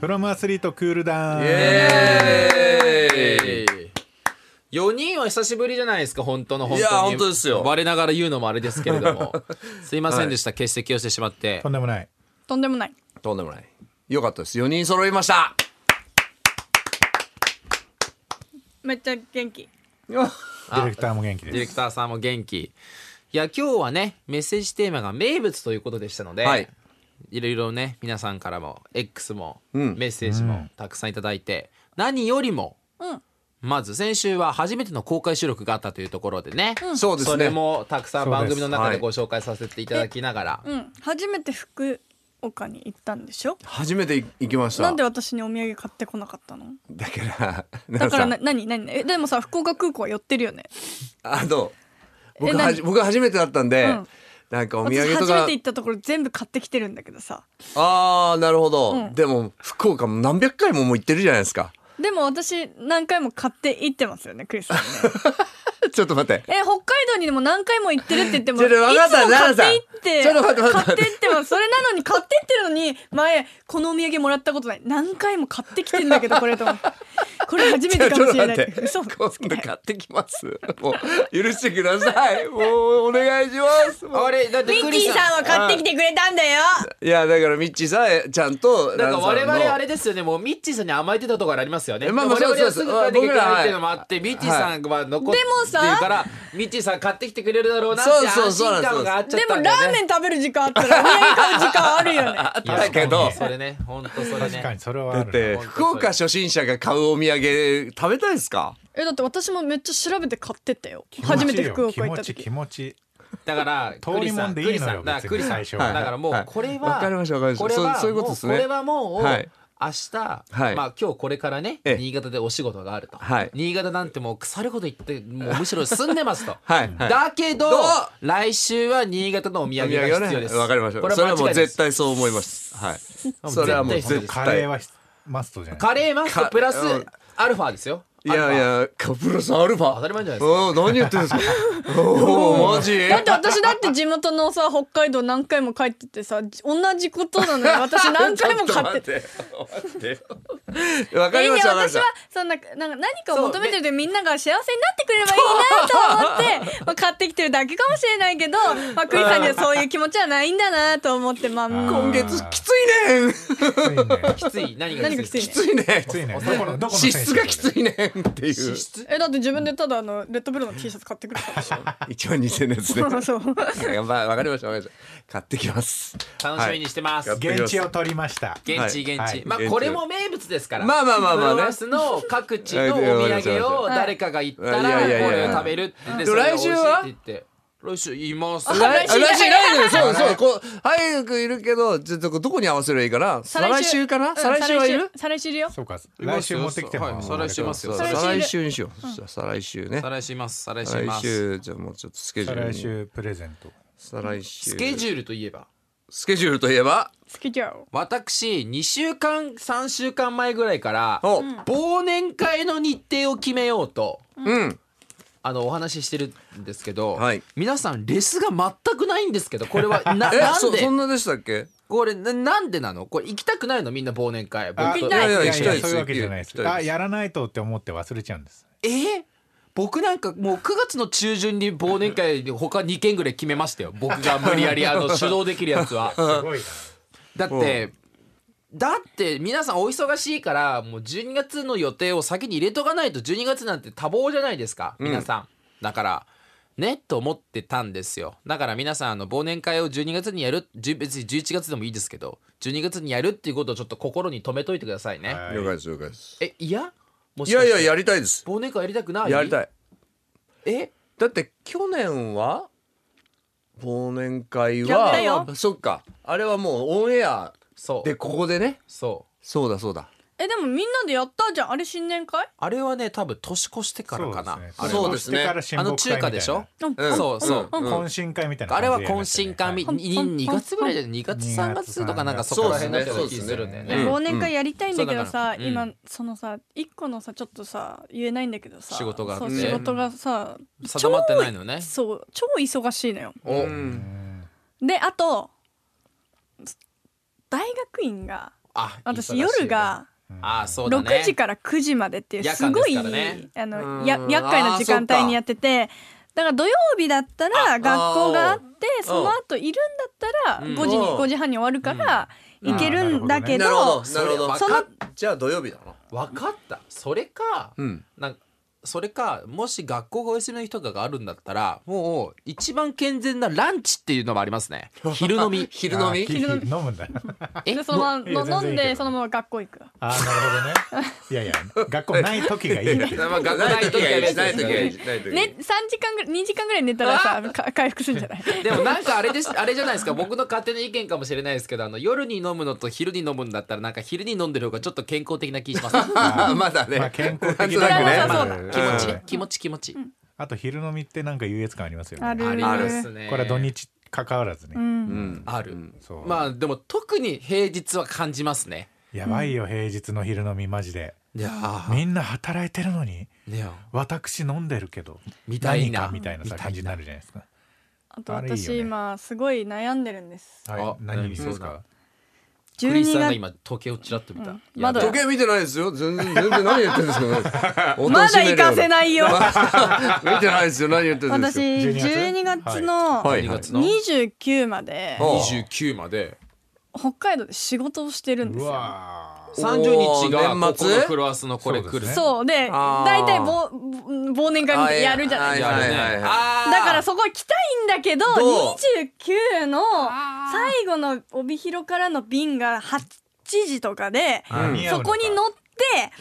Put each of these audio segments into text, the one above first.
フロムアスリートクールダウンイエーイ4人は久しぶりじゃないですか本当の本当にいや本当ですよ我ながら言うのもあれですけれ どもすいませんでした、欠席をしてしまってとんでもないとんでもないとんでもないよかったです4人揃いましためっちゃ元気ディレクターも元気ディレでクすターさんも元気いや今日はねメッセージテーマが名物ということでしたので、はいい、ろいろね皆さんからも X も、メッセージもたくさんいただいて、何よりも、うんまず先週は初めての公開収録があったというところでね、そうですねそれもたくさん番組の中そうでですご紹介させていただきながら、うん初めて福岡に行ったんでしょ初めて行きましたなんで私にお土産買ってこなかったのだから だからななん何何えでもさ福岡空港は寄ってるよねあのえ僕何はじ僕は初めてだったんで、うんなんかお土私産と初めかて行ったところ全部買ってきてるんだけどさああなるほど、うんでも福岡も何百回ももう行ってるじゃないですか でも私何回も買って行ってますよねクリスさ んねちょっと待ってえ北海道にでも何回も行ってるって言ってもちょいっつともわかった買って行ちょっとっ待ってて待って買って行ってますそれなのに買って行ってるのに前このお土産もらったことない何回も買ってきてんだけどこれと思ってこれ初めてかもしれな いちょっと待って嘘今度買ってきます もう許してくださいもうお願いしますもう あれだってミクッリキースさんは買ってきてくれたんだよいやだからミッチーさんちゃんとなんか我ランさんの々あれですよねもうミッチーさんに甘えてたところありますよね、えまあまあ我々そうはですすそうですぐ買ってきてくれる僕らはっていうのもあって、ミッチーさんは残っはていでもさるから、ミッチーさん買ってきてくれるだろうなってそうそうそう安心感があっちゃっでたもんラだよねーメン食べる時間あったらお土産買う時間あるよねあいやだけどそれね本当それ確かねにそれはだあっるて福岡初心者が買うお土産食べたいですかえだって私もめっちゃ調べて買ってったよ気持ちいいよ初めて福岡行っ気持たちいい時気持ちいい だから通りもんでいいのよだからクリさん別に最初だはからもはういこれはわかりましたわかりましたこれはそうそういうことですねもこれはもう、はい明日、はいまあ今日これからねええ新潟でお仕事があると、はい新潟なんてもう腐るほど行ってもうむしろ住んでますと はいはいだけどどう来週は新潟のお土お産土産がは必要ねですわかりましこたれそれはもう間違いです絶対そう思いますはいそれはもう絶対絶そうですカレー対はマストじゃないカレーマストプラスかうんアルファですよいやいやカプラスアルファ当たり前じゃないですお何やってるんですか おおマジだって私だって地元のさ北海道何回も帰っててさ同じことなのよ私何回も買ってててわかりいまやしたわかりまし私たはそんななんか何かそうを求めてるでみんなが幸せになってくれればいいなと思って、まあ、買ってきてるだけかもしれないけど、まあ、クリさんにはそういう気持ちはないんだなと思ってまあー今月きついねんきつい何が何がきついきねついねんついねどこのどこの選手 脂質がきついねんっていう脂質えだって自分でただあのレッドブルの T シャツ買ってくるからでしょ一万二千円 ですねそうそうやばいわかりましたわかりました買ってきます楽しみにしてます、はい現地を取りました現地現地、はいまあ現地これも名物ですからまあまあまあまあねプロレスの各地のお土産を誰かが行ったいやらいやいやこれを食べるってででも来週はそれが美味しいって言って来週います来来来週週来週そうそうこう早くいるけどちょっとこうどこに合わせればいいかな再来週かうなん再来週はいる再来週いるよそうかいます来週よ持ってきてもはい再来週いますよそう再再来週いる来週にしようそしたら再来週ね再来週います再来週い再ま来す週じゃあもうちょっとスケジュ再ール来に週プレゼント再来週スケジュールといえばスケジュールといえば好きじゃん私2週間3週間前ぐらいからお忘年会の日程を決めようとうんあのお話ししてるんですけど、はい皆さんレスが全くないんですけどこれはななんえでそそんなでしたっけこれななんでなのこれ行きたくないのみんな忘年会僕あ行きとたいいやいやいやい行きたいやでそすういうわけじゃないで行きすたあいですやらないとって思って忘れちゃうんですえー僕なんかもう9月の中旬に忘年会で他2件ぐらい決めましたよ僕が無理やりあの主導できるやつ はすごいなだってだって皆さんお忙しいからもう12月の予定を先に入れとかないと12月なんて多忙じゃないですか皆さん、だからねと思ってたんですよだから皆さんあの忘年会を12月にやるじゅ別に11月でもいいですけど12月にやるっていうことをちょっと心に留めといてくださいね、はい了解です了解ですえいやもいしやかしいてややりたいです忘年会やりたくないやりたいえだって去年は忘年会やったよはそっかあれはもうオンエアそうでここでねそうそうだそうだえでもみんなでやったじゃんあれ新年会あれはね多分年越してからかなあれはそうですねそうですねあの中華でしょ、うんうんそうそう、うん懇親会みたいなあ感じれでは懇親会み、うん2月ぐらいじゃない2月うん3月とかなんかそこら辺だったような気するんだよねそうですねそうですね忘年会やりたいんだけどさ、うんそうだからう今そのさ一個のさちょっとさ言えないんだけどさ仕事があってそう仕事がさ、定まってないのねそう超忙しいのよおうんであと大学院があ忙し私いよね夜があそうだね6時から9時までっていう夜す間でごすい、からねあのうんや厄介な時間帯にやっててだから土曜日だったら学校があってんその後いるんだったらうん5時にうん5時半に終わるから行けるんだけど,、なるほどそなれるほど分かっじゃあ土曜日だな分かったそれか、うんなんかそれかもし学校がお休みの日とかがあるんだったらもう一番健全なランチっていうのもありますね昼飲み昼飲みあひひ飲むんだえでそのままいや全然いいけど飲んでそのまま学校行くあーなるほどねいやいや学校ない時がいいっていうまあ学校ない時はやるやつない時はいいない時はいいね3時間ぐらい2時間ぐらい寝たらさか回復する んじゃないでもなんかあれですあれじゃないですか僕の勝手な意見かもしれないですけどあの夜に飲むのと昼に飲むんだったらなんか昼に飲んでる方がちょっと健康的な気します、あーまだねまあ健康的なんとなだくねまあそうだ気持ちうねん気持ち気持ち、あと昼飲みってなんか優越感ありますよねあるありますねこれは土日関わらずね、うんうんある、そうまあでも特に平日は感じますねやばいよ平日の昼飲みマジでいやーみんな働いてるのにねよ私飲んでるけどみたいな何かみたいなさみたいな感じになるじゃないですかあとあれいいよね私今すごい悩んでるんですはいあ何にそうでですすかかクリス12さんが月今時計をちらっと見た、んまだや時ばい計見てないですよ全然全然何言ってるん ですかまだ行かせい ないよ 見てないですよ何言ってるんです私か12 12月月のはい12月の29までは29まで北海道で仕事をしてるんですうよ。わー30日がおーこ年こ末のクロワスのこれそう来るですねそうであー大体忘忘年会みたいにやるじゃなあーいですやか。るねはいはいはいあーだからそこ行きたいんだけどどう29の最後の帯広からの便が8時とかで間に合うそのかこに乗って。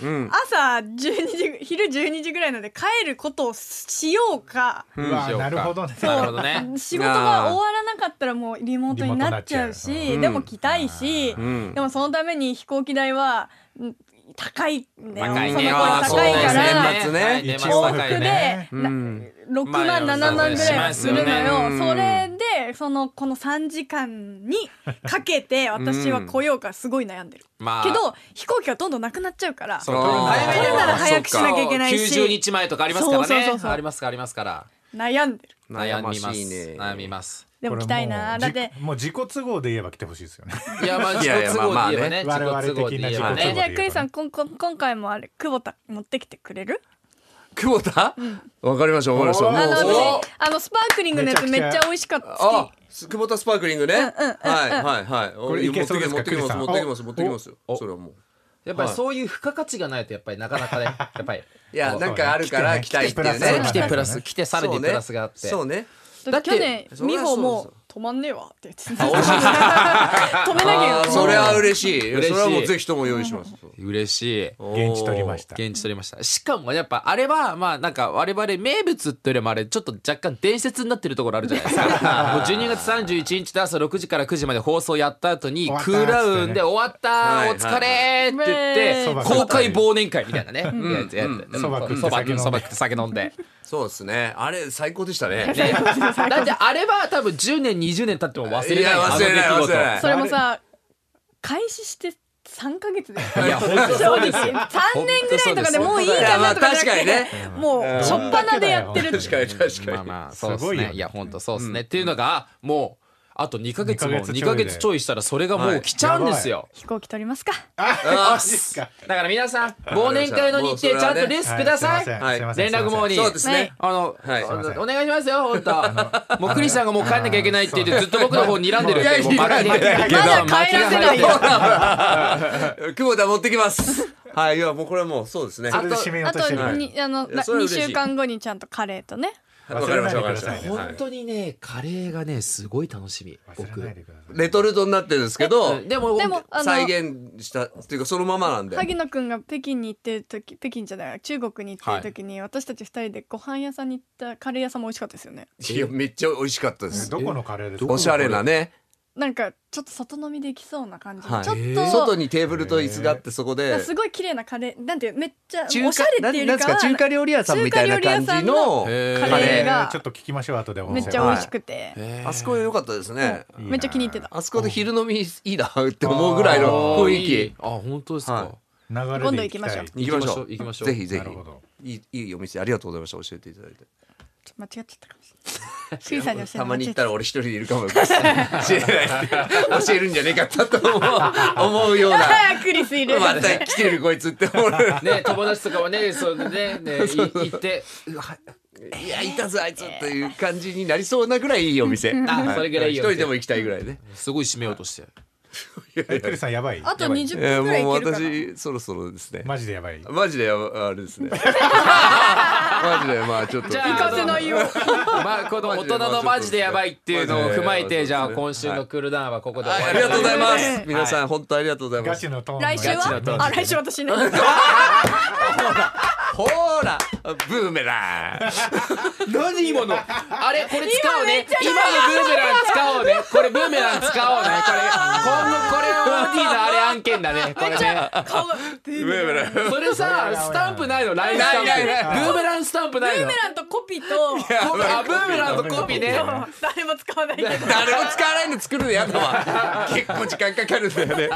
うん朝12時昼12時ぐらいので帰ることをしようかうわーなるほどねなるほどね仕事が終わらなかったらもうリモートになっちリゃうモートになっし、ちゃううんでも来たいし、んでもそのために飛行機代はん高いんだよ、高いねその子あー高いかそうだよら、ねはい一年末往復往高復いで、ねうなん6万まあ7万ぐらいはするのしよ、ますそよれねでそのこの3時間にかけて私は来ようかすごい悩んでる、まあけど飛行機がどんどんなくなっちゃうからそうあー早めにこれなら早くしなきゃいけないしそう90日前とかありますからねそうそうそうそうありますからありますから悩んでる悩まみましすいね悩みますでも来たいなだってこれもうじもう自己都合で言えば来てほしいですよねいやまあいやいや自己都合で言えばねまあまあね自己都合で言えば我々的な自己都え合じねゃあクリスさんこんこん今回もあれ久保田持ってきてくれる久保田わかりましたわかりましたおーあのもうお私あのスパークリングのやつめめっちちゃくちゃゃ美味しかった好あき、久保田スパークリングね。はいはいはい。これいけそうですか持ってきます持ってきクリますスさん持ってきますよお。それはもう。やっぱりそういう付加価値がないとや っぱりなかなかねやっぱりいやなんかあるから期待っていうそうね。来てプラス来てさらにプラスがあってそうね。だって去年そり美ゃ穂そもう止まんねえわって言って たあ止めなきゃよあーそれは嬉しい。嬉しいそれはもうぜひとも用意します。嬉しい現地取りました現地取りましたしかもやっぱあれはまあなんか我々名物っていうよりもあれちょっと若干伝説になってるところあるじゃな いですかもう12月31日で朝6時から9時まで放送やった後に終わったクーラウンで終わったはいお疲れってはい言はっいて公開忘年会みたいなねやつやつそば食ってそば食ってそ酒飲んばで食って酒飲 んでそうですね。あれ最高でしたね。ねだってあれは多分10年20年経っても忘れないいや忘れないあの忘出来事れないそれもさ開始して3ヶ月でいや本当そうですよ3年ぐらいとかでもういいかなとかじゃなくいやまあて確かもう初っ端でやってる確かに確まあかに。まあそうですすごいねよねいや本当そうですね、っていうのがもうあと2ヶ月も二ヶ月ちょいで2ヶ月ちょいしたらそれがもう来ちゃうんですよ、飛行機取りますかあ マジですかだから皆さん忘年会の日程ちゃんとレースください,、はすません連絡網にそうですね。あの、はいあのすいませんお願いしますよ本当もうクリスさんがもう帰んなきゃいけないって言ってずっと僕の方に睨んでるんいやでいやもう負けいやいやていけやどまだ帰らせないよ負けが入って久保田持ってきます。 はい。いやもうこれはもうそうですね。そわれで締めようあとしてとるはいにあのいやそれは2嬉しい週間後にちゃんとカレーとねかりましたわかりました。忘れないでくださいねは本い当にねカレーがねすごい楽しみ忘れないで僕くださいレトルトになってるんですけど。でもでもあの再現したっていうかそのままなんで。萩野くんが北京に行ってる時北京じゃない中国に行ってる時に、私たち二人でご飯屋さんに行ったカレー屋さんも美味しかったですよねいやめっちゃ美味しかったです。どこのカレーですかおしゃれなね。なんかちょっと外飲みできそうな感じ、はいちょっと、外にテーブルと椅子があってそこで。すごい綺麗なカレーなんていうめっちゃおし中華ゃれっていうなよんなんでりすかかは中華料理屋さんみたいな感じの中華料理屋さんのへカレーがちょっと聞きましょう後でおめっ店ちゃ美味しくて、あそこ良かったですね、いいなめっちゃ気に入ってたあそこで昼飲みいいなって思うぐらいの雰囲気あ本当ですか、は流れで今度行きましょうきたい行きましょう行きましょうぜひぜなるほどひいいいいお店ありがとうございました教えていただいてちょ間違っちゃったかもしれ ない。クイさんに教えてたまに行ったら。ら俺一人でいるかも教えない教えるんじゃねえかったと思う思うよ うなあークリスいる。また来てるこいつって思うね友達とかはねそうねねい行っていやいたぞあいつっていう感じになりそうなぐらいいいお店あそれぐらいいい一お店人でも行きたいぐらいねすごい締めようとしてえクリスさんやばいあとやばい20えー分ぐらいいもうけるかな。私そろそろですねマジでやばいマジでやばあれですねマジでまあちょっとじゃあ行かせないよ。まあこの大人のマジでやばいっていうのを踏まえてじゃあ今週のクールダウンはここで終わありりがとうございまはす皆さん本当ありがとうございまガすチのトーンの来週ガチだはとあ来週私ね。ほらブーメラン何今のあれこれ使おうね今めっちゃ今のブーメラン使おうねこれブーメラン使おうねこれ今後これは OD のあれ案件だねこれね顔がブブーメーメランそれさスタンプないのラインスタンプないないないブーメランスタンプないのランとコピーとコピーあブーメランとコピーね誰も使わないけど。誰も使わないの作るのやだわ結構時間かかるんだよね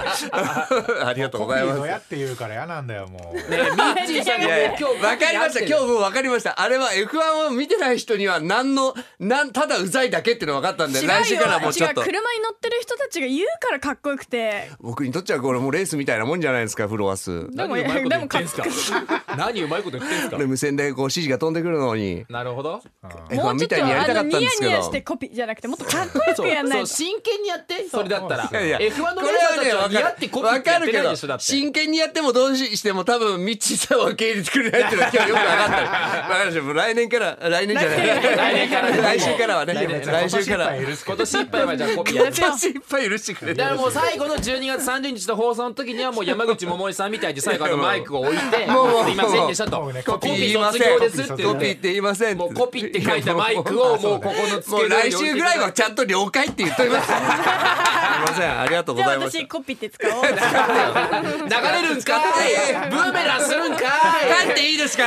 ありがとうございどうやまって言うから嫌なんだよもうねミッチーさんすいがやいやね今日わかりました今日もうわかりましたあれは F1 を見てない人には何のなんただうざいだけっていうの分かったんで違う来週よからもうちょ違っうと車に乗ってる人たちが言うからかっこよくて僕にとっちゃこれもうレースみたいなもんじゃないですかフロアスでも何うまいことで言ってもかんすか何うまいこと言ってんすか俺無線でこう指示が飛んでくるのになるほども F1 うちょみっとたいにやりたかあのったニんでヤニすけヤしてどコピーじゃなくてもっとかっこよそくやんうなそいうと真剣にやってそれだったらそうそういやいや F1 このレーれサーはたちねわは似合かってるコピーわってやかっるてなけいでどしょだって真剣にやってもどうしても多分ミッチーさんは受け入れてくれないっていうのは今日よく分かった分かりましたもう来年から来年じゃない来年から来週からはね来年から来週から今年いっぱい許すけど今年いっぱいはじゃあコピーや今る年いっぱい許してくれるだからもう最後の12月30日の放送の時にはもう山口百恵さんみたいに最後あのマイクを置いて「もうもうすいませんでした」ともうね「コピ言ーいま卒せん業コピです」って言言うっねーってて言いませんもうコピーって書いたマイクをもうここのも付けう来根に置いて週ぐらいはちゃんと了解って言っときますすいませんありがとうごじゃあざいました私コピーって使おう流流れるんかいブーメランするんかい帰っていいですか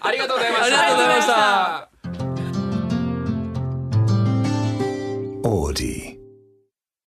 ありがとうございましたありがとうございましたオーディ